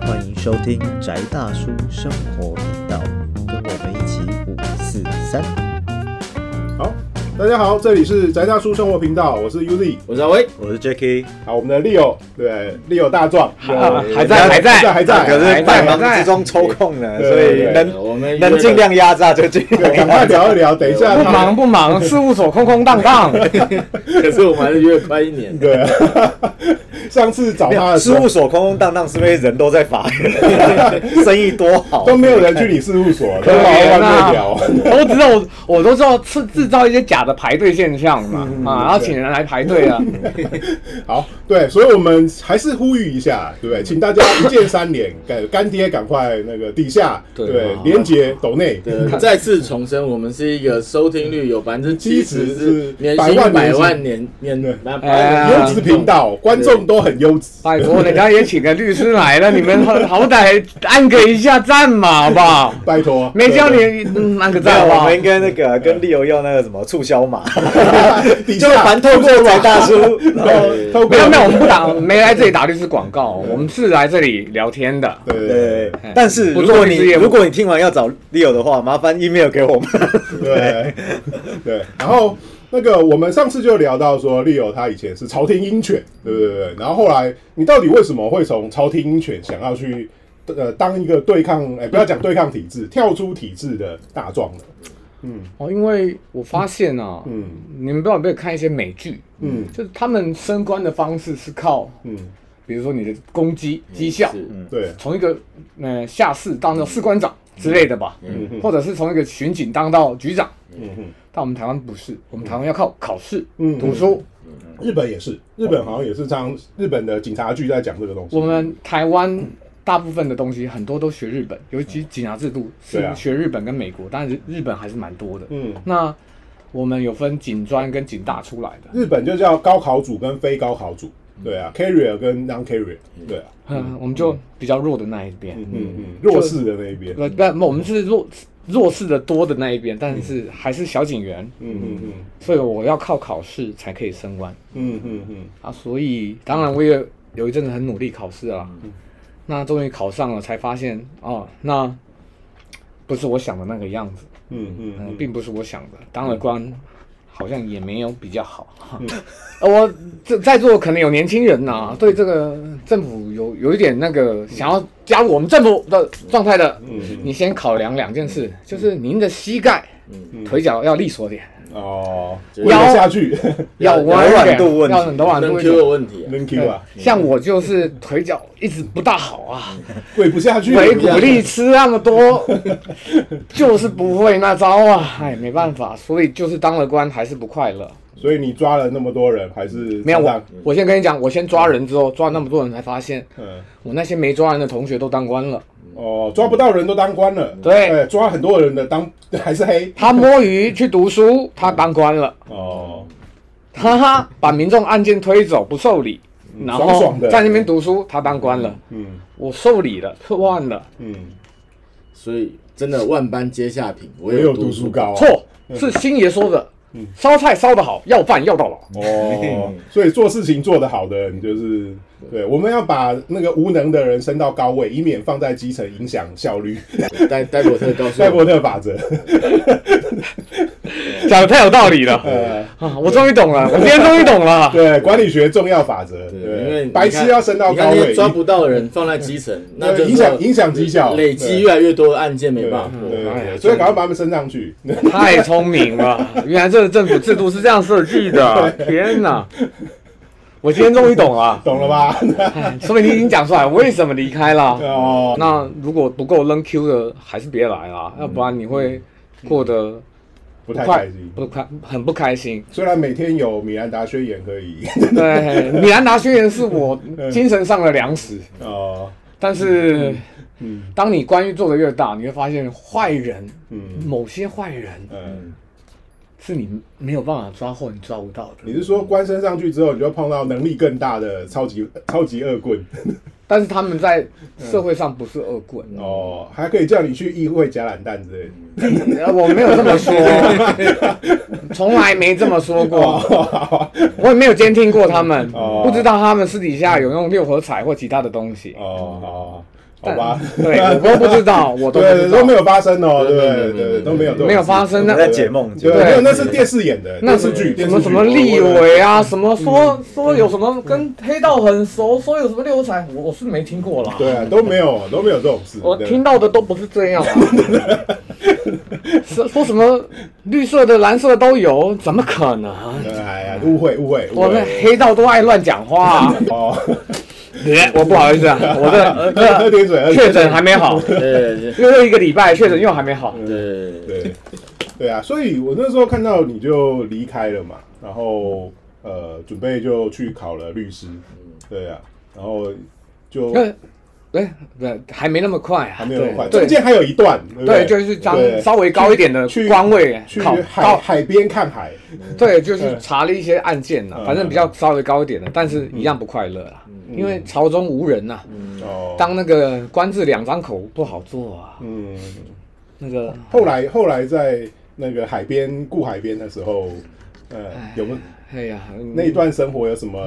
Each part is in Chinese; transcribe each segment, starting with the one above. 欢迎收听宅大叔生活频道，跟我们一起五四三。好，大家好，这里是宅大叔生活频道，我是 UZ。我是阿威，我是 Jacky，好，我们的 Leo 对 Leo 大 壮啊还在啊还在还在，哎可是还在百忙还在之中抽空了，对所以对能我们能尽量压榨就尽对量赶快压榨。聊一聊。等一下不他。忙不忙，事务所空空荡荡。约了， 可是我们还是约了快一年对， 上次找没他有的事时候务所空空荡荡，是因为人都在 法院，生意多好，都没有人去你事务所，都忙怜外啊面聊。我只有我都知道制制造一些假的排队现象嘛，啊，然后请人来排队啊。 好，对，所以我们还是呼吁一下，对不对？请大家一键三连，干干爹赶快那个底下对对啊连接抖内。对，再次重申，我们是一个收听率有百分之七十是是年百薪万百年薪万年年对百万哎呀优年质频道，观众都很优质。拜托，人家也请个律师来了，你们好 歹按个一下赞嘛，好不好？拜托，没教你嗯按没个有赞好我不好们？应该那个啊跟利友要那个什么促销码，对，底就下凡透过宅大叔，然后对透过没有没有，我们不打，没来这里打律师广告，我们是来这里聊天的。对对对对， 但是哎如果你如果你听完要找 Leo 的话，麻烦 email 给我们。对对，然后那个我们上次就聊到说，利友他以前是朝廷鹰犬，对对对，然后后来你到底为什么会从朝廷鹰犬想要去呃当一个对抗，哎、不要讲对抗体制，跳出体制的大壮呢？哦，因为我发现啊，嗯你们不知道有没有看一些美剧，嗯就是他们升官的方式是靠，嗯，比如说你的功绩绩效，是对，从一个呃下士当到士官长之类的吧，嗯或者是从一个巡警当到局长。嗯嗯，但我们台湾不是，我们台湾要靠考试、嗯读书。日本也是，日本好像也是常日本的警察局在讲这个东西，我们台湾大部分的东西很多都学日本，尤其警察制度是对啊学日本跟美国，但是日本还是蛮多的。嗯。那我们有分警专跟警大出来的。日本就叫高考组跟非高考组，对啊，carrier 跟 non carrier，对啊，嗯，我们就比较弱的那一边，嗯嗯，弱势的那一边，呃，但我们是弱弱势的多的那一边，但是还是小警员，嗯嗯嗯所以我要靠考试才可以升官。嗯嗯嗯啊，所以当然我也有一阵子很努力考试啊，那终于考上了，才发现哦，那不是我想的那个样子，嗯嗯嗯，嗯，并不是我想的，当了官好像也没有比较好。 呃我这在座可能有年轻人呐、对这个政府有有一点那个想要加入我们政府的状态的，你先考量两件事，就是您的膝盖、腿脚要利索点，哦，就是压下去，要要弯柔软一点度问要题柔软度能一 Q 点的问题啊，能 Q 对啊，像我就是腿脚一直不大好啊，跪不下去，维骨力吃那么多，就是不会那招啊，哎，没办法，所以就是当了官还是不快乐。所以你抓了那么多人，还是没有让我，我先跟你讲，我先抓人之后，抓了那么多人才发现，嗯，我那些没抓人的同学都当官了，哦，抓不到人都当官了，对哎抓很多人的当 还是黑，他摸鱼去读书，他当官了，哦，哈哈，把民众案件推走不受理，然爽后爽的在那边读书，他当官了，嗯我受理了，错案了，嗯，所以真的万般皆下品，我唯有有读读书书。高，啊错是星爷说的，嗯烧菜烧得好，要饭要到老。 哦，所以做事情做得好的人就是。对，我们要把那个无能的人升到高位，以免放在基层影响效率。戴戴伯特告诉戴伯我，特法 则，嗯讲的太有道理了呃，啊！我终于懂了，我今天终于懂了。对，管理学重要法则，对因为对，你白痴看要升到你看高那位些，抓不到的人放在基层，那对就影响影响绩效累积越来越嗯多的案件没办法破对。对哎对，呀所以赶快把他们升上去。太聪明了，原来这个政府制度是这样设计的。天哪！我今天终于懂了，懂了 吧？哎说明你已经讲出来为什么离开了。哦，那如果不够扔 Q 的，还是别来啦，要不然你会过得不不太快开心。不开很不开心。虽然每天有米兰达宣言可以， 对，米兰达宣言是我精神上的粮食。哦，但是，嗯当你官狱做的越大，你会发现坏人，嗯某些坏人嗯，是你没有办法抓获，你抓不到的。你是说官升上去之后，你就碰到能力更大的超级超级恶棍？但是他们在社会上不是恶棍，哦，还可以叫你去议会夹懒蛋之类的。嗯呃我没有这 么说，从来没这么说过，哦，我也没有监听过他们，哦不知道他们私底下有用六合彩或其他的东西。哦，好吧？对，我都不知道，我 都不对，知道都没有发生哦，对对对对对，对都没有，都没有发生那我们在解梦解对，梦没有，那哎是电视演的那电视剧，电什视么剧什么立委啊，什嗯么说说有什么跟黑道很熟，说有什么六合彩，我我是没听过啦。对啊，都没有，都没有这种事。我对听到的都不是这 样、啊，说说什么绿色的、蓝色的都有，怎么可能？啊对哎呀，误会误会，误我们会黑道都爱乱讲话、啊。哦，我不好意思啊，我的喝喝点水，喝呃点水确诊还没好，对又又一个礼拜确诊又还没好。对对，对对啊，所以我那时候看到你就离开了嘛，然嗯后呃，准备就去考了律师，嗯对啊，然后就那对对，还没那么快啊，嗯还没有那么快，对中间还有一段，对不对，就是当对稍微高一点的去官位去考海到，海边看海，对，就是查了一些案件呐嗯，反正比较稍微高一点的，但是一样不快乐啊，因为朝中无人呐。哦，当那个官字两张口不好做啊，嗯，那个后来后来在那个海边顾海边的时候，呃，有没有哎呀，嗯那一段生活有什么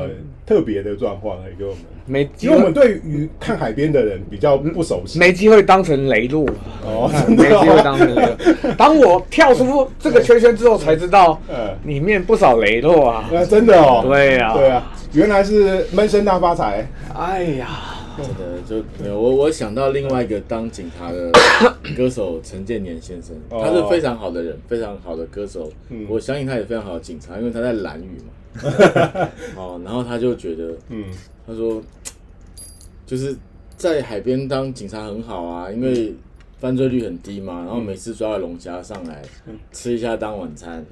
特别的状况可以给我们？没机因为我们会，对于看海边的人比较不熟悉没机会当成雷路，啊 哦，真没的机会哦，当成雷路。当我跳出这个圈圈之后，才知道呃，里面不少雷路啊。那真的哦，对呀对啊，原来是闷声大发财，哎呀，真的就没有我我想到另外一个当警察的歌手陈建年先生，哦他是非常好的人，非常好的歌手嗯，我相信他也非常好的警察，因为他在蓝屿嘛，哦，然后他就觉得嗯他说，就是在海边当警察很好啊，因为犯罪率很低嘛，然后每次抓个龙虾上来吃一下当晚餐，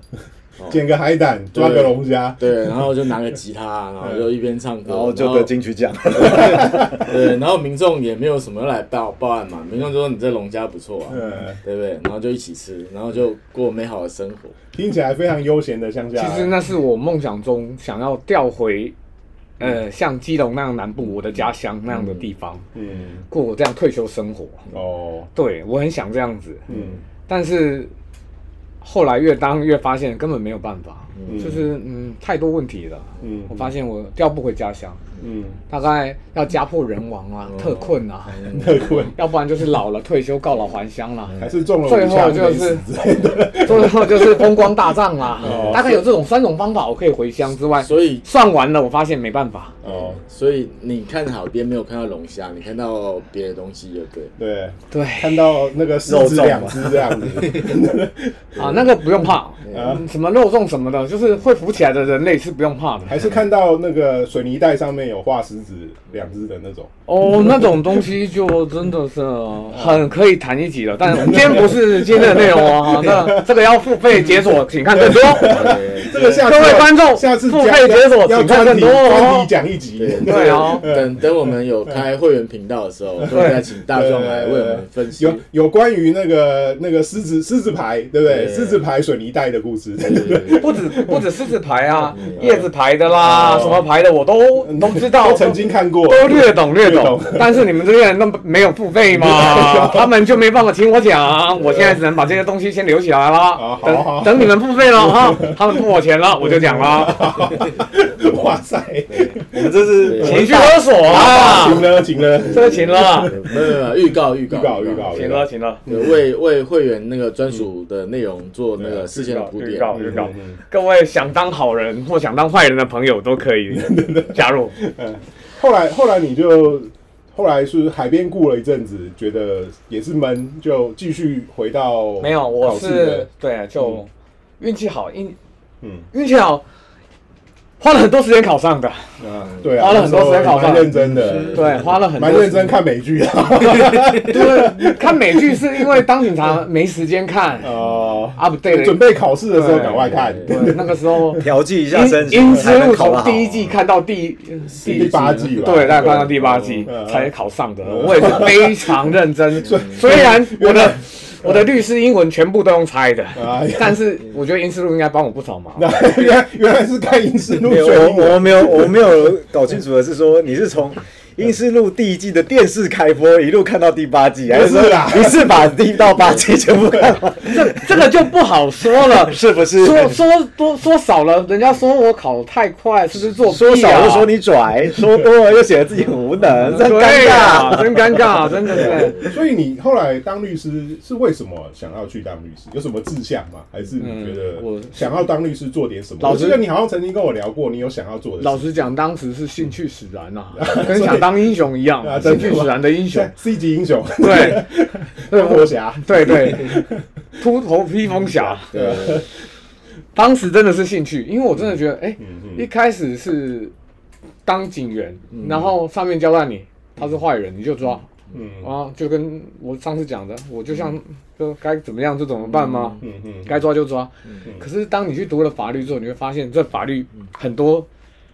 哦捡个海胆，抓个龙虾，对，然后就拿个吉他，然后就一边唱歌，然后就得金曲奖， 对，然后民众也没有什么来报报案嘛，民众就说你这龙虾不错啊，呃，对不对？然后就一起吃，然后就过美好的生活。听起来非常悠闲的乡下，其实那是我梦想中想要调回，呃，像基隆那样南部我的家乡那样的地方，嗯过我这样退休生活。哦，对我很想这样子，嗯但是后来越当越发现根本没有办法，嗯就是嗯太多问题了。嗯我发现我调不回家乡，嗯，大概要家破人亡啊，哦特困啊，特困， 要不然就是老了退休告老还乡啦，还是中了最五后枪就没是死之类的， 最后就是风光大葬啦哦。大概有这种三种方法我可以回乡之外，啊所以，呃算完了我发现没办法，哦，所以你看海边没有看到龙虾，你看到别的东西就对。对，对看到那个四肉只粽两嘛只这样子，啊那个不用怕嗯啊，什么肉粽什么的，就是会浮起来的人类是不用怕的。 还是看到那个水泥带上面有画石子两只的那种，哦，那种东西就真的 是很可以谈一集了，但今天不是今天的内容 哦，那这个要付费解锁，请看更多。这个下次各位观众下次付加费解锁要请看专更题多哦专题讲一集，对啊嗯等等我们有开会员频道的时候，会再请大众来为我们分析。有有关于那个那个狮子狮子牌，对不对？对狮子牌水泥带的故事，对对对不止不止狮子牌啊，叶子牌的啦，哦什么牌的我都都知道， 都曾经看过，都略懂略略懂懂。 但是你们这些人都没有付 费嘛，他们就没办法听我讲。我现在只能把这些东西先留起来啊啦，好好等等你们付 费了哈，他们付我钱了，我就讲啦， 哇塞， 我们这是情绪勒索 啊，行了行了，这个行了，没有没有预告预告预告预告行了，行了。对为为会员那个专属的内容做那嗯个事先的铺预垫。告预告嗯嗯，各位想当好人或想当坏人的朋友都可 以加入。后来后来你就后来是海边顾了一阵子，觉得也是闷，就继续回到没有，考我试是的对，啊就运气好，运嗯运气好，花了很多时间考上的，啊，对啊，花了很多时间那时候考嗯上蛮认真的，对，花了很多蛮认真看美剧啊，就是看美剧是因为当警察没时间看 哦，啊，不对了，准备考试的时候赶快看，对那个时候《调剂一下身英心，英之才能路》考得从好第一季看到第第第八季吧，对，大概看到第八季嗯才考上的，我也是非常认真。虽然我的我的律师英文全部都用猜的哎呀，但是我觉得英思路应该帮我不少忙。那原来原来是看影视录没有水英我我文，没有我没有搞清楚的是说，你是从《英式路》第一季的电视开播一路看到第八季，还不是啊是 啦说一次把第一到八季全部看完？这这个就不好说了。是不是？说说多说少了，人家说我考得太快，是不是作弊、啊？说少就说你拽，啊说多了又显得自己很 无能，真尴对尬。啊，真尴尬，真的是。所以你后来当律师是为什么想要去当律师？有什么志向吗？还是你觉得嗯我想要当律师做点什么？老我实记得你好像曾经跟我聊过，你有想要做的老事实讲，当时是兴趣使然呐、啊，跟想当英雄一样啊，真兴的吗趣使然的英雄情。，C 级英雄，对，对钢火侠，对对，秃头披风侠，对，当时真的是兴趣，因为我真的觉得，哎、嗯一开始是当警员，然后上面交代你他是坏人，你就抓。嗯啊，就跟我上次讲的，我就像就该怎么样就怎么办吗？嗯嗯该抓就抓。可是当你去读了法律之后，你会发现这法律嗯很多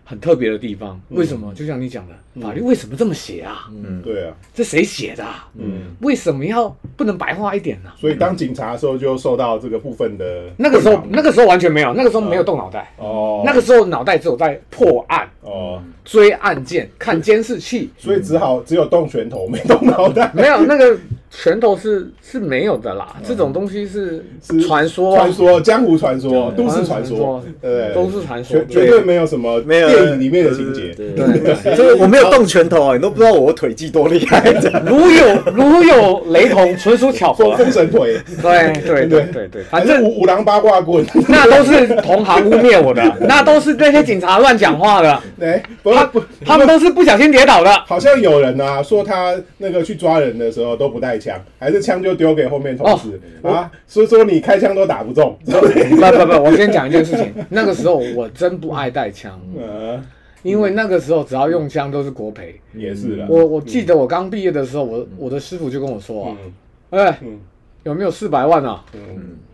很特别的地方。为什么？就像你讲的，法律为什么这么写啊？嗯，对啊，这谁写的、啊？嗯，为什么要不能白话一点呢、所以当警察的时候就受到这个部分的那个时候困，那个时候完全没有，那个时候没有动脑袋，扰嗯哦，那个时候脑袋只有在破案、哦，追案件、看监视器，所以只好只有动拳头，没动脑袋。没有那个拳头是是没有的啦。这种东西是嗯是传说啊，嗯传说、江湖传说、都市传说，对，都市传说绝，绝对没有什么没有电影里面的情节。对对，就是我没有动拳头啊，你都不知道我腿技多厉害。如有如有雷同，纯属巧合说。风神腿，对对对对对，还反是正五五郎八卦棍？ 那都是同行污蔑我的，那都是那些警察乱讲话的，哎，不他不，他们都是不小心跌倒的。好像有人啊说他那个去抓人的时候都不带枪，还是枪就丢给后面同事哦啊，所以说你开枪都打不中。不不不，我先讲一件事情，那个时候我真不爱带枪，呃，因为那个时候只要用枪都是国赔。 也是啦。我我记得我刚毕业的时候，我我的师傅就跟我说啊嗯，哎嗯，有没有四百万啊？嗯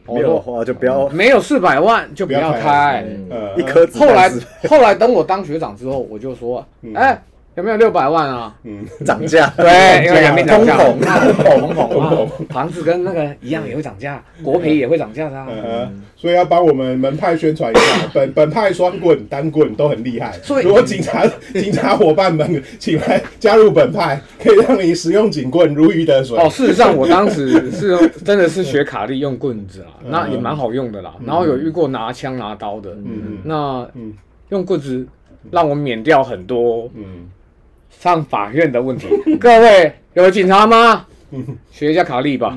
我没有的说话就不要没有四百万就不要不要开开。呃一颗子嗯后来弹 是后来等我当学长之后，我就说，哎，有没有六百万啊？嗯，涨价。对，啊因为人民涨通价，膨，通膨，通 通膨，房子跟那个一样也会涨价，国赔也会涨价的啊。呃，所以要帮我们门派宣传一 下，本本派双棍、单棍都很厉害。所以如果警察警察伙伴们，请来加入本派，可以让你使用警棍如鱼得水。哦，事实上我当时是用真的是学卡利用棍子啊，那也蛮好用的啦。然后有遇过拿枪拿刀的，嗯嗯那嗯用棍子让我免掉很多嗯，上法院的问题。各位有警察吗？嗯学一下卡利吧。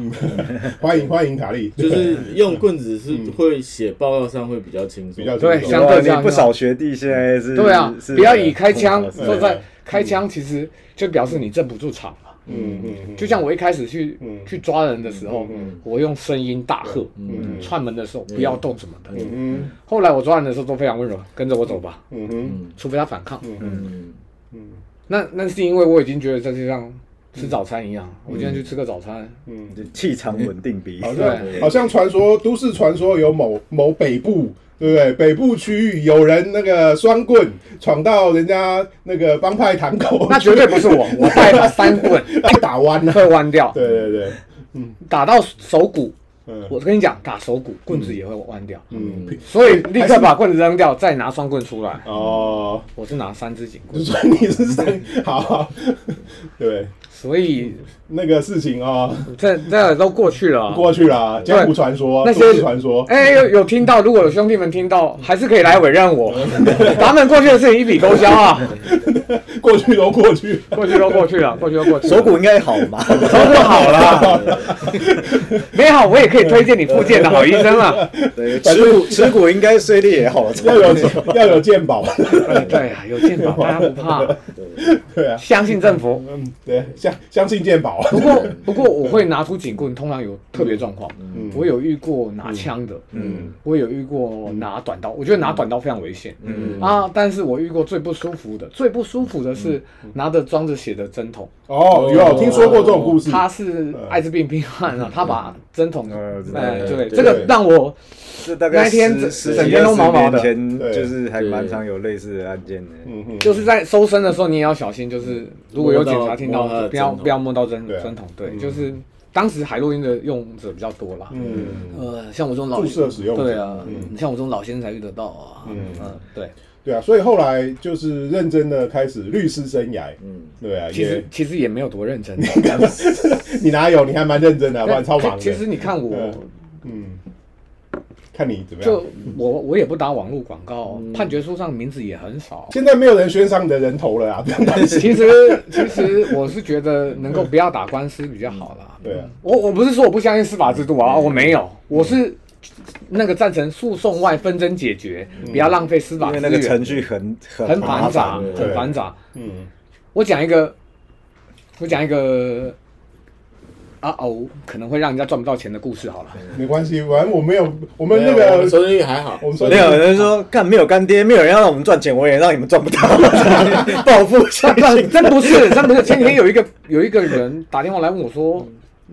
欢迎欢迎卡利，就是用棍子是会写报告上会比较轻松，嗯比较对轻松像相对这样哇你不少学弟现在是对啊，是不要以开枪，是说实在开枪其实就表示你镇不住场了。嗯嗯嗯，就像我一开始去、嗯去抓人的时候，我用声音大喝，嗯串门的时候不要动什么的。嗯后来我抓人的时候都非常温柔，跟着我走吧，嗯嗯除非他反抗。嗯，那那是因为我已经觉得这就像吃早餐一样，我今天去吃个早餐，嗯，气场稳定比好像对好像传说都市传说有某某北部。对不对？北部区域有人那个双棍闯到人家那个帮派堂口，那 绝对不是我，我带他三棍打弯了。会弯 掉，对对对，打到手骨。嗯我跟你讲，打手骨棍子也会弯掉，嗯，所以立刻把棍子扔掉，再拿双棍出来。哦，我是拿三支警 棍，就说你是三，好， 对，所以那个事情哦，这这都过去了啊。过去了，江湖传说、那些都市传说，哎、有有听到？如果有兄弟们听到，还是可以来委任 我，咱们过去的事情一笔勾销啊，过去都过去了，过去都过去了，过去都过去了。手骨应该好 嘛？手骨 好了，没好我也可以推荐你复健的好医 生啊。对，持股持股应该碎裂也 好，要有要有鉴宝， 哎对啊，有健保大家不怕，对啊，相信政府。嗯，对，相相信鉴宝，不过 不过我会拿出警棍，通常有特别状况。嗯我有遇过拿枪的，嗯我有遇过拿短刀，我觉得拿短刀非常危险。嗯啊，但是我遇过最不舒服的，最不舒服的是拿着装着血的针筒。 哦，有听说过这种故事，哦他是艾滋病病患啊，他把针筒，嗯知道哎，对，对这个让我这大概那天十整十整几天都毛毛二的十年前对就是还蛮常有类似的案件的。嗯嗯，就是在搜身的时候，你也要小心，就是如果有警察听摸到到，不要摸到针筒不要摸到针对啊针筒，对，嗯就是当时海洛因的用者比较多啦，嗯，呃，像我这种老注射使用者对啊嗯，像我这种老先生才遇得到啊，嗯嗯，对，对啊，所以后来就是认真的开始律师生涯，嗯嗯，对啊，其也实其实也没 有多认真，你哪有，你还蛮认真的，不然超 其忙的，其实你看我嗯，看你怎么样就。我我也不打网络广告，嗯判决书上名字也很少。现在没有人宣上你的人头了啊，不用担心。其实 其实我是觉得能够不要打官司比较好啦。对嗯啊，我我不是说我不相信司法制度啊，我没有，我是那个赞成诉讼外纷争解决，嗯不要浪费司法因资为源。那个程序很很很麻繁杂烦，，很繁杂。嗯，我讲一个，我讲一个啊哦，可能会让人家赚不到钱的故事好 了。没关系，反正我没有，我们没那有我们个收视率还好，我们说没有人说干没有干爹，没有人要让我们赚钱，我也让你们赚不到， 报复 性真真不是，真不是。前几天有一个有一个人打电话来问我说：“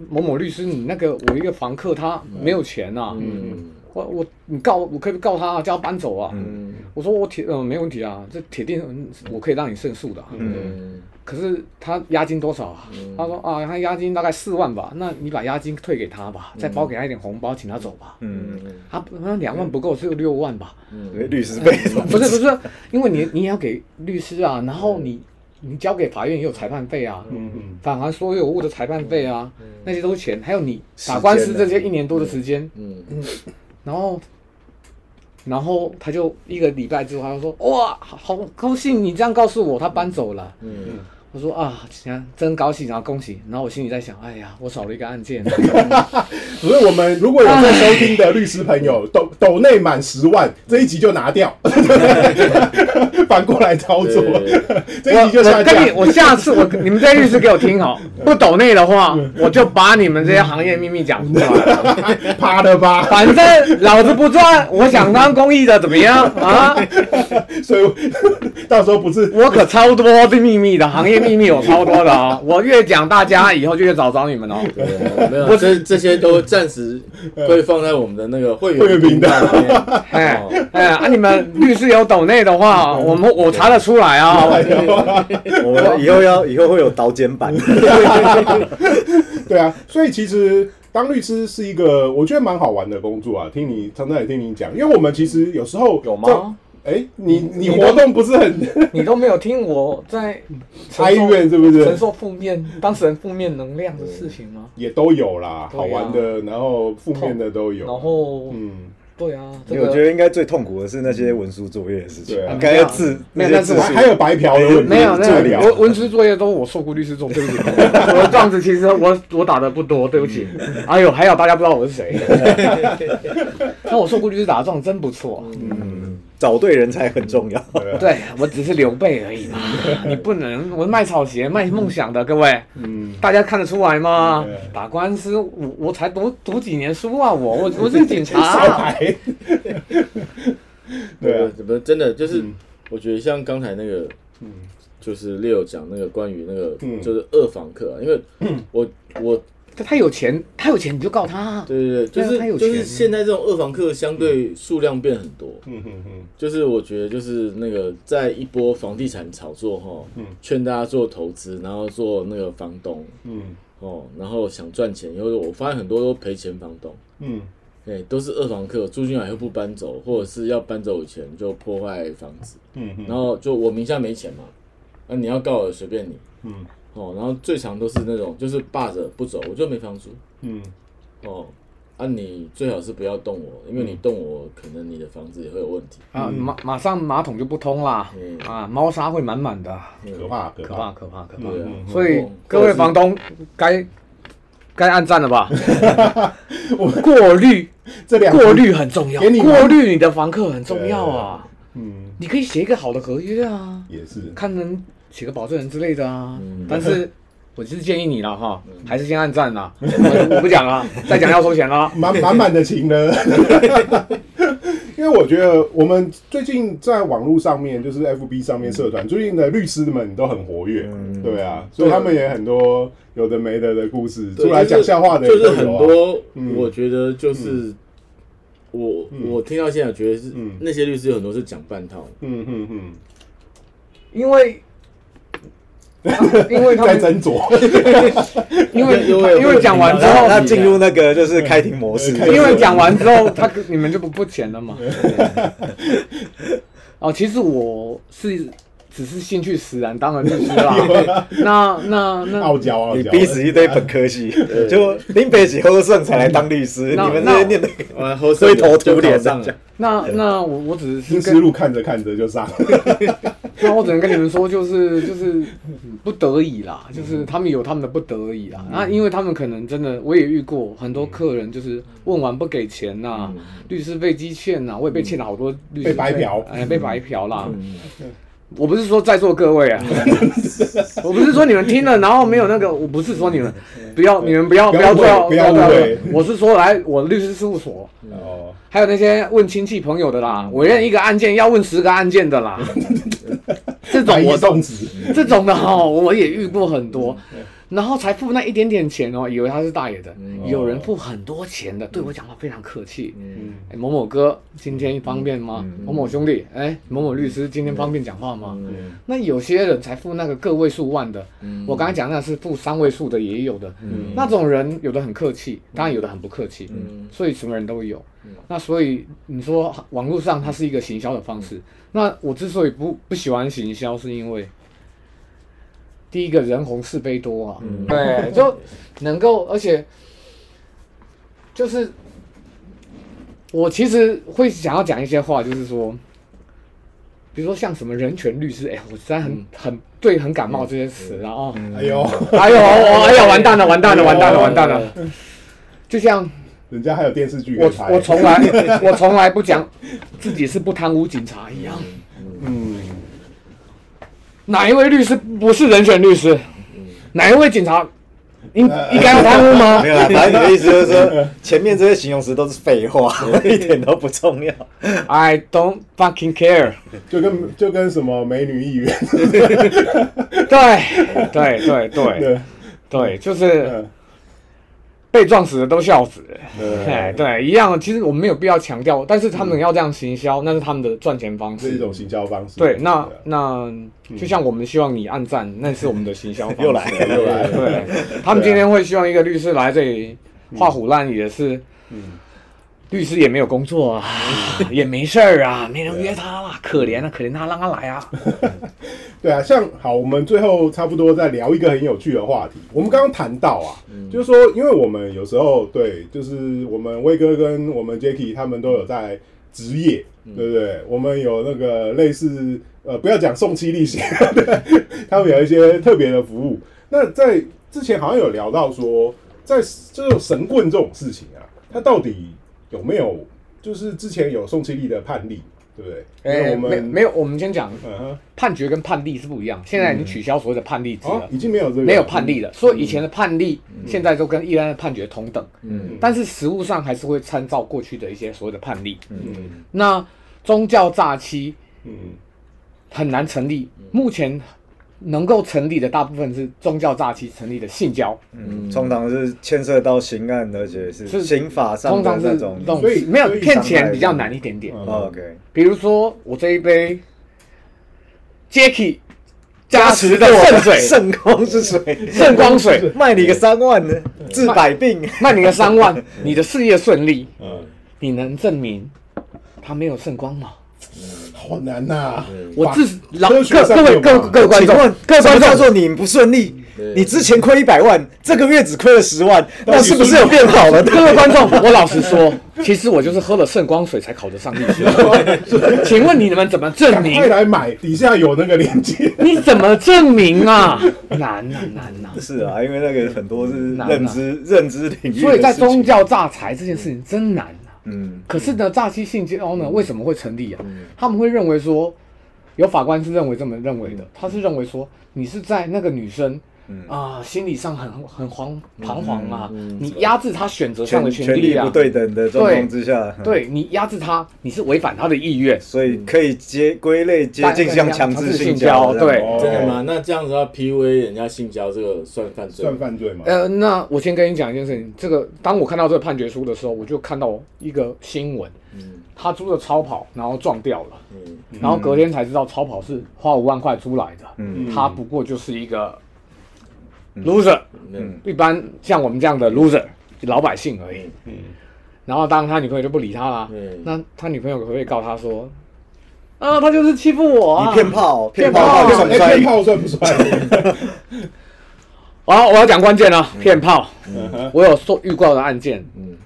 某某律师，你那个我一个房客他没有钱呐、嗯我我你告我可以告他、啊，叫他搬走啊。嗯我说我铁嗯、没问题啊，这铁定嗯我可以让你胜诉的啊、嗯可是他押金多少啊？他说啊，他押金大概四万吧，那你把押金退给他吧，嗯再包给他一点红包，请他走吧。嗯，他那两万不够，只有六万吧？ 律师费不是不是，因为你你也要给律师啊，然后你你交给法院也有裁判费啊，嗯嗯返还所有物的裁判费啊，那些都是钱，还有你间打呢官司这些一年多的时间，嗯，然后。然后他就一个礼拜之后，他就说：“哇，好好高兴你这样告诉我，他搬走了。”嗯我说啊，行，真高兴，然后恭喜。然后我心里在想，哎呀，我少了一个案件。 所以我们如果有在收听的律师朋友，抖抖内满十万，这一集就拿掉， 反过来操作， 这一集我就下我 跟你，架。我下 次我你们这些律师给我听好，不抖内的话，我就把你们这些行业秘密讲出来。 趴的吧， 反正老子不赚，我想当公益的怎么 样啊？所以 到时候不是我可超多的秘密的，行业秘密我超多 的啊、我越讲大家以后就越找找你们哦。对啊没有，这这些都暂时会放在我们的那个会会员员频道道里面。哎哦哎，啊你们律师有抖内 的话，我们我查得出来啊。我们以后要以后会有刀尖版，对啊，所以其实当律师是一个我觉得蛮好玩的工作啊。听你常常也听你讲，因为我们其实有时候有吗在？哎，你你活动不是很你都没有听我在 哀怨是不承是？受负面当事人负面能量的事情吗？也都有啦，对啊好玩的，然后负面的都有。然后，嗯，对啊，这我觉个得应该最痛苦的是那些文书作业的事情对，啊应该要自没有那是自我还还有白嫖的 问题，没有治那疗个文文职作业都我受过律师证，对不起，我的状子其实我我打的不多，对不起。嗯哎呦，还好大家不知道我是 谁。那我受过律师打的状真不错，嗯找对人才很重 要。对我只是刘备而 已嘛。你不能，我卖草鞋卖梦想的，各位，嗯，大家看得出来吗对？打官司，我我才读读几年书啊，我我我是警 察小啊。孩，对啊，不不，真的就是，我觉得像刚才那个，就是 Leo 讲那个关于那个，嗯就是二访客啊，因为我我他他有钱，他有钱你就告他啊。嗯对对对，就对啊他有是就是钱现在这种二访客相对数量变很多，嗯嗯嗯，就是我觉得就是那个在一波房地产炒作哈，劝大家做投资，然后做那个房东嗯哦，然后想赚钱，因为我发现很多都赔钱房东。嗯对，都是二房客，住进来又不搬走，或者是要搬走以前就破坏房子，嗯嗯然后就我名下没钱嘛，那、你要告我随便你嗯哦。然后最常都是那种就是霸着不走，我就没房租嗯哦。啊，你最好是不要动我，因为嗯你动我，可能你的房子也会有问题。啊，马马上马桶就不通啦，嗯啊，猫砂会满满的，嗯，可怕嗯可可怕可怕可怕。对啊，所以哦各位房，东该该按赞了吧？过滤这两过滤很重要，啊给你们过滤你的房客很重要啊。嗯你可以写一个好的合约啊，也是，看能写个保证人之类的啊嗯。但是我是建议你了哈，还是先按赞啦。我我不讲了，再讲要收钱啦。满满满的情呢。 因为我觉得我们最近在网络上面，就是 FB 上面社团，最近的律师们都很活跃，对啊，所以他们也很多有的没的的故事，对出来讲笑话的也就都是有啊很，多嗯，我觉得就是我我听到现在觉得是嗯那些律师有很多是讲半套的。嗯嗯嗯，因为因为他在斟们酌，因为因为因为讲完之后他进入那个就是开庭模式， 因为讲完之后，他你们就不不剪了嘛。哦，其实我是只是兴趣使然当了律师啦。那那那傲娇傲娇，你逼死一堆本科系，就林北喜喝剩才来当律师，那你们那些念的完后灰头土脸上的了，，那那我我只是新思跟，路看着看着就啊上，那我只能跟你们说， 就是就是嗯不得已啦，嗯就是他们有他们的不得已啦。那因为他们可能真的，我也遇过很多客人，就是问完不给钱呐，律师费积欠呐，我也被欠了好多律嗯师被白费嫖嗯哎，被白嫖啦。我不是说在座各位啊， 我不是说你们听了然后没有那个，我不是说你们不要，你们不要不要要误会做到，不要做到误会我是说来我律师事务所，哦，还有那些问亲戚朋友的啦，我认一个案件要问十个案件的啦，这转种移我送子， 这种的哈、我也遇过很多，嗯然后才付那一点点钱哦，以为他是大爷的，有人付很多钱的，对我讲话非常客气，哦嗯哎某某哥今天方便吗？某某兄弟，哎某某律师今天方便讲话吗？嗯那有些人才付那个个位数万的，我刚才讲那是付三位数的也有的，嗯那种人有的很客气，当然有的很不客气，所以什么人都有。嗯那所以你说网络上它是一个行销的方嗯式，那我之所以不不喜欢行销，是因为第一个人红是非多啊，对，就能够，而且就是我其实会想要讲一些话，就是说，比如说像什么人权律师，哎、我实在很、很对很感冒这些词，然后、哎呦，哎呦，我哎呀，完蛋了，完蛋了，完蛋了，完蛋了，就像人家还有电视剧可以我拍，我从来 我从来不讲自己是不贪污警察一样，嗯，哪一位律师不是人选律师？嗯哪一位警察应呃应该欢呼吗 没？有啦，反正你的意思就是说，前面这些形容词都是废话， 一点都不重要。 I don't fucking care 就跟就跟什么美女议员，对。对对对对对，对，就是嗯被撞死的都笑死。 哎，对，对，一样。其实我们没有必要强调，但是他们要这样行销，那是他们的赚钱方是一式。种行销方式，对，那啊那就像我们希望你按赞，那是我们的行销方式。又来了 又来了对，他们今天会希望一个律师来这里画虎烂，也是，律师也没有工作啊，也没事儿啊，没人约他啦，可怜啊，可怜他，让他来啊。对啊，像好，我们最后差不多再聊一个很有趣的话题。我们刚刚谈到啊，就是说，因为我们有时候对，就是我们威哥跟我们 Jacky 他们都有在职业，对不对？我们有那个类似呃，不要讲送妻历险，对 他们有一些特别的服务。那在之前好像有聊到说，在这种神棍这种事情啊，它到底有没有就是之前有送妻力的判例，对不对？因为哎，我没们没有，我们先讲嗯哼判决跟判例是不一样，现在已经取消所谓的判例制哦了，。已经没有这个没有判例了，所以以前的判例现在都跟一般的判决同等，嗯但是实务上还是会参照过去的一些所谓的判例。嗯那宗教诈欺嗯很难成立，目前能够成立的大部分是宗教诈欺成立的性交，嗯，通常是牵涉到刑案，而且是是刑法上通的常是那那种种。所以没有所以骗常态钱比较是难一点点。哦 OK，比如说我这一杯 Jacky 加持的我圣 水圣光之 水，嗯圣光水，卖你个三万呢，治百 病。卖你个三万，你的事业顺利，嗯，你能证明他没有圣光吗？好难呐！我法自老科各学上各没位有各办法各位观请众问，，各位什么观众，叫做你不顺利？你之前亏一百万，这个月只亏了十万，底那 是不是有变好了？ 各位观众， 我老实说，其实我就是喝了圣光水才考得上律师。 请问你们怎么证赶明快？来买，底下有那个链接。你怎么证明啊？难啊 难啊！是啊，因为那个很多是难啊认知认知领域的事情，所以在宗教诈财这件事情真难啊。嗯，可是呢，诈欺性交呢为什么会成立啊？他们会认为说，有法官是认为这么认嗯为的，他是认为说你是在那个女生。啊，心理上很很惶嗯彷徨啊！你压制她选择上的权权利力啊，不对等的状况之下，嗯，对你压制她，你是违反她的意愿，所以可以接归类接近像强制强性交，制性交对哦真的吗？那这样子要 PUA 人家性交，这个算犯罪算吗？犯罪吗？呃，那我先跟你讲一件事情，这个当我看到这个判决书的时候，我就看到一个新闻，嗯他租了超跑，然后撞掉了，嗯然后隔天才知道超跑是花五万块租来的，他不过就是一个 loser，嗯一般像我们这样的 loser 老百姓而已，然后当然他女朋友就不理他啦，嗯那他女朋友可不可以告他说，啊，他就是欺负我啊！你骗炮，骗骗炮炮到底炮算哎骗炮算不算？不算？好，我要讲关键了，骗炮。嗯哼我有受遇过的案件，嗯嗯，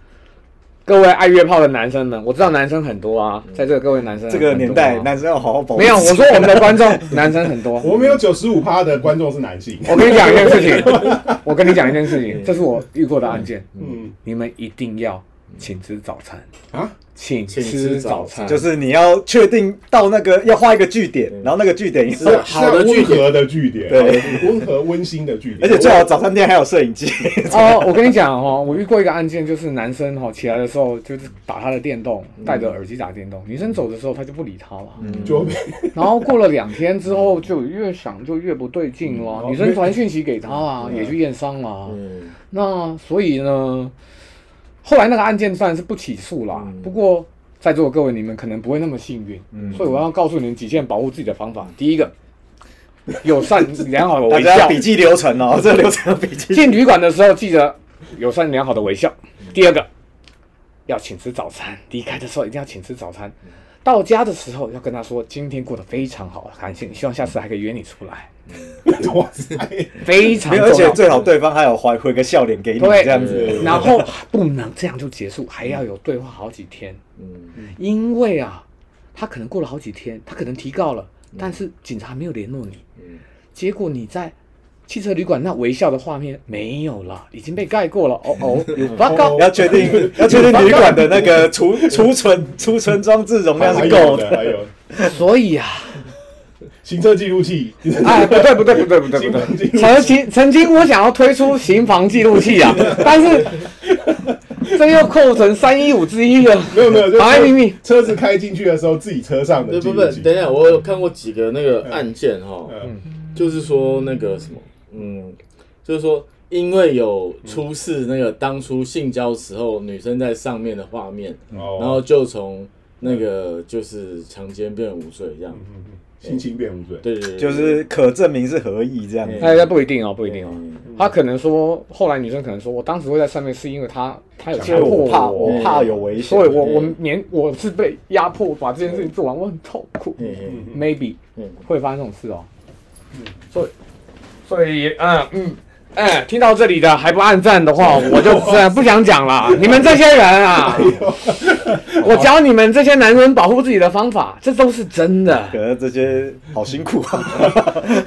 各位爱约炮的男生们，我知道男生很多啊，在这个各位男生这个年很代，多啊男生要好好保护。没 有，我说我们的观众 男生很多。我们有九十五趴的观众是男性。我跟你讲一件事情，我跟你讲一件事情，这是我遇过的案件，嗯你们一定要请吃早餐，啊，请请吃吃早早餐餐，就是你要确定到那个要画一个据点，然后那个据点以后是，啊好的温据点和的据点，对，温和温馨的据点，而且最好早餐店还有摄影机。哦，我跟你讲哦，我遇过一个案件，就是男生哦起来的时候就是打他的电动，戴着耳机打电动，女生走的时候他就不理他了。就被然后过了两天之后，就越想就越不对劲了。嗯女生传讯息给他哦啊，也去验伤了啊。嗯，那所以呢，后来那个案件当然是不起诉啦。嗯不过在座的各位，你们可能不会那么幸运，所以我要告诉你们几件保护自己的方法。第一 个，友善良好的大微家要笑。笔记流程哦，这个流程要笔记。 进旅馆的时候，记得友善良好的微笑。第二个，要请吃早餐。离开的时候一定要请吃早餐。到家的时候要跟他说今天过得非常好，感谢你，希望下次还可以约你出来， 哇塞，非常没有，重而且要。最好对方还有回回个笑脸给你对这样子。对然后不能这样就结束，还要有对话好几天。嗯，因为啊，他可能过了好几天，他可能提告了，但是警察没有联络你。嗯，结果你在汽车旅馆那微笑的画面没有了，已经被盖过了。哦 哦，有报告。要确定，要确定旅馆的那个储储存储存装置容量还是有够的，的。还有所以啊，行车记录器， 哎，不对不对不对不对行不车记对，录器，曾经曾经我想要推出刑房记录 器啊，但是这又扣成三一五之一了。没有没有，就妨碍秘密是车子开进去的时候，自己车上的对记不录不，等器一，下，我有看过几个那个案件哈，嗯就是说那个什么，嗯，就是说因为有出示那个当初性交时候女生在上面的画面，哦然后就从那个就是强奸变无罪这样，嗯嗯心情变无罪，对对对，就是可证明是合意这样子。哎，那不一定哦，不一定哦。嗯他可能说，后来女生可能说，我当时会在上面是因为他，他有所强以迫我怕，我我，怕有危险嗯所以。我我免我是被压迫把这件事情做完，我很痛苦。嗯嗯 Maybe 嗯会发生这种事哦。所以所以嗯嗯。哎，听到这里的还不按赞的话，我就真不想讲了。你们这些人啊，哎我教你们这些男人保护自己的方法，这都是真 的。可能这些好辛苦啊！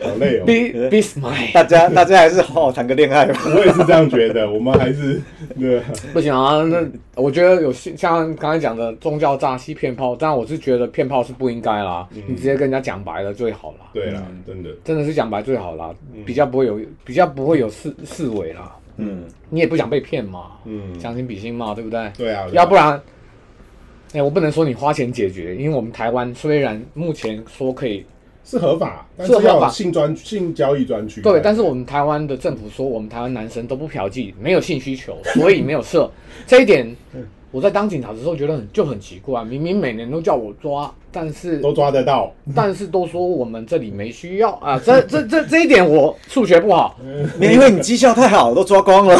好累哦。 Be be smart。大家大家还是好好谈个恋爱吧。 我也是这样觉得，我们还是 对，不行啊，那我觉得有信像刚才讲的宗教诈欺骗炮，但我是觉得骗炮是不应该啦，嗯你直接跟人家讲白了最好啦。对啦，真的，真的是讲白最好啦，比较不会有比较不会有四四尾啦。嗯你也不想被骗嘛，嗯，将心比心嘛，对不对？对啊，对啊要不然，哎、我不能说你花钱解决，因为我们台湾虽然目前说可以是合法，但是是合法要有性专性交易专区。啊对，但是我们台湾的政府说，我们台湾男生都不嫖妓，没有性需求， 所以没有色。这一点，我在当警察的时候觉得很就很奇怪，明明每年都叫我抓，但是都抓得到，但是都说我们这里没需要啊。这这这这一点我数学不好， 因为你绩效太好，都抓光了，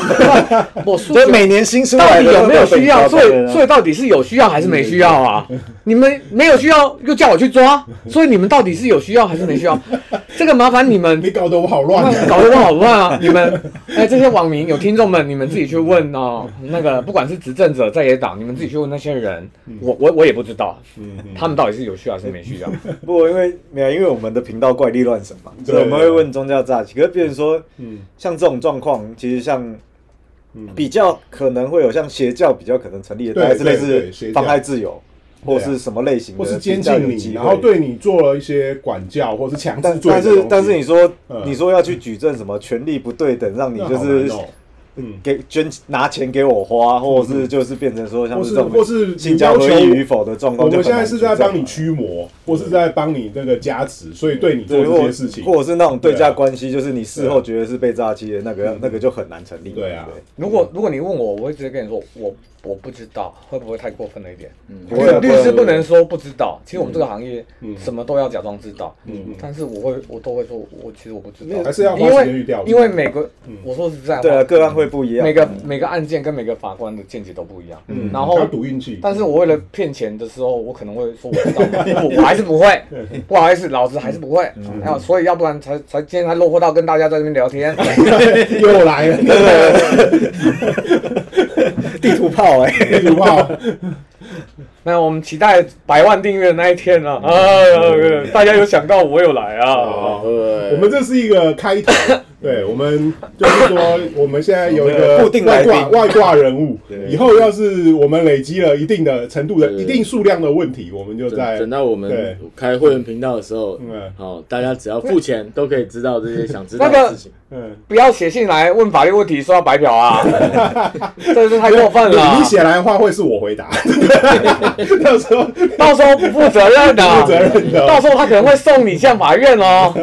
我数 所 以学。每年薪水到底有没有需要？所以所以以到底是有需要还是没需要啊？你们没有需要又叫我去抓，所以你们到底是有需要还是没需要？这个麻烦你们你搞得我好乱那啊！搞得我好乱啊！你们，哎，这些网民有听众们，你们自己去问哦。那个，不管是执政者、在野党，你们自己去问那些人，我我我也不知道，嗯他们到底是有需要还是没啊需要。不，因为没有，因为我们的频道怪力乱神嘛，对啊所以我们会问宗教诈欺。可是别人说，嗯像这种状况，其实像嗯比较可能会有像邪教比较可能成立的，对大概是类对对邪教似妨害自由，对或啊是什么类型的，或是监禁你，然后。对你做了一些管教或是强制但罪的但东是西但是你说嗯你说要去举证什么权力不对等，让你那就好是难哦嗯，给捐拿钱给我花，或者是就是变成说像这种或是或是性交合意与否的状我况，们就很现难在是在帮你举驱魔，或是在帮你那个加持，所以对你做这证或些事情，或者是那种对对啊啊嗯价关系，就是你事后觉得是被诈欺的那个，那个就很难成立。对啊如果如果你问我，我会直接跟你说，我我不知道，会不会太过分了一点？不律会啊，律会啊师不会啊能说不知道，其实我们这个行业嗯什么都要假装知道，嗯但是我会我都会说，我其实我不知还道，是要花因时间去为调查，因为每个嗯我说实在话，对啊，个案会会不一样。每个每个案件跟每个法官的见解都不一样。嗯，然后要赌运气，但是我为了骗钱的时候，我可能会说我知道， 不，我还是不会，不好意思，老子还是不会。嗯然后所以要不然才才今天才落魄到跟大家在这边聊天。 又来 了，地图炮哎、地图炮，那我们期待百万订阅的那一天啊！嗯啊，大家有想到我有来啊？对，我们这是一个开 头，对，我们就是说，我们现在有一我们个有固定外来宾挂外挂人物，以后要是我们累积了一定的程度的对一定数量的问题，我们就等在等到我们对开会员频道的时候嗯，好，大家只要付钱都可以知道这些想知道那个的事情。嗯，不要写信来问法律问题，说要白 嫖啊！这是太过分了你，写来的话会是我回答， 到时候负到时候不负责任责的，任的。哦到时候他可能会送你向法院哦。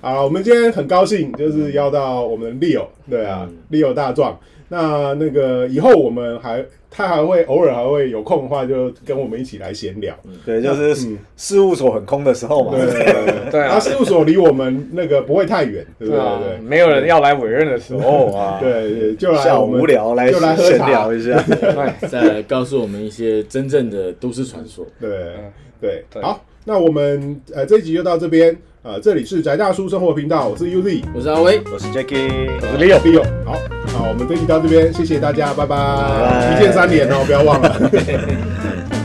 好，我们今天很高兴，就是邀到我们 Leo，对啊、l 嗯 e o 大壮。那那个以后我们还他还会偶尔还会有空的话，就跟我们一起来闲聊。嗯对，就是事务所很空的时候嘛。嗯对对对对啊他事务所离我们那个不会太远，对不对啊对，？没有人要来委任的时候啊。对对对，就来下我午们无聊来就来喝闲茶聊 一下，对，再来告诉我们一些真正的都市传说。对嗯对，对好，那我们呃这一集就到这边啊、呃这里是宅大叔生活频道，我是 UZ 我是阿威，我是 Jacky。我是 Leo。 Leo，好，那我们这集到这边，谢谢大家，拜拜，拜一键三连哦，不要忘了。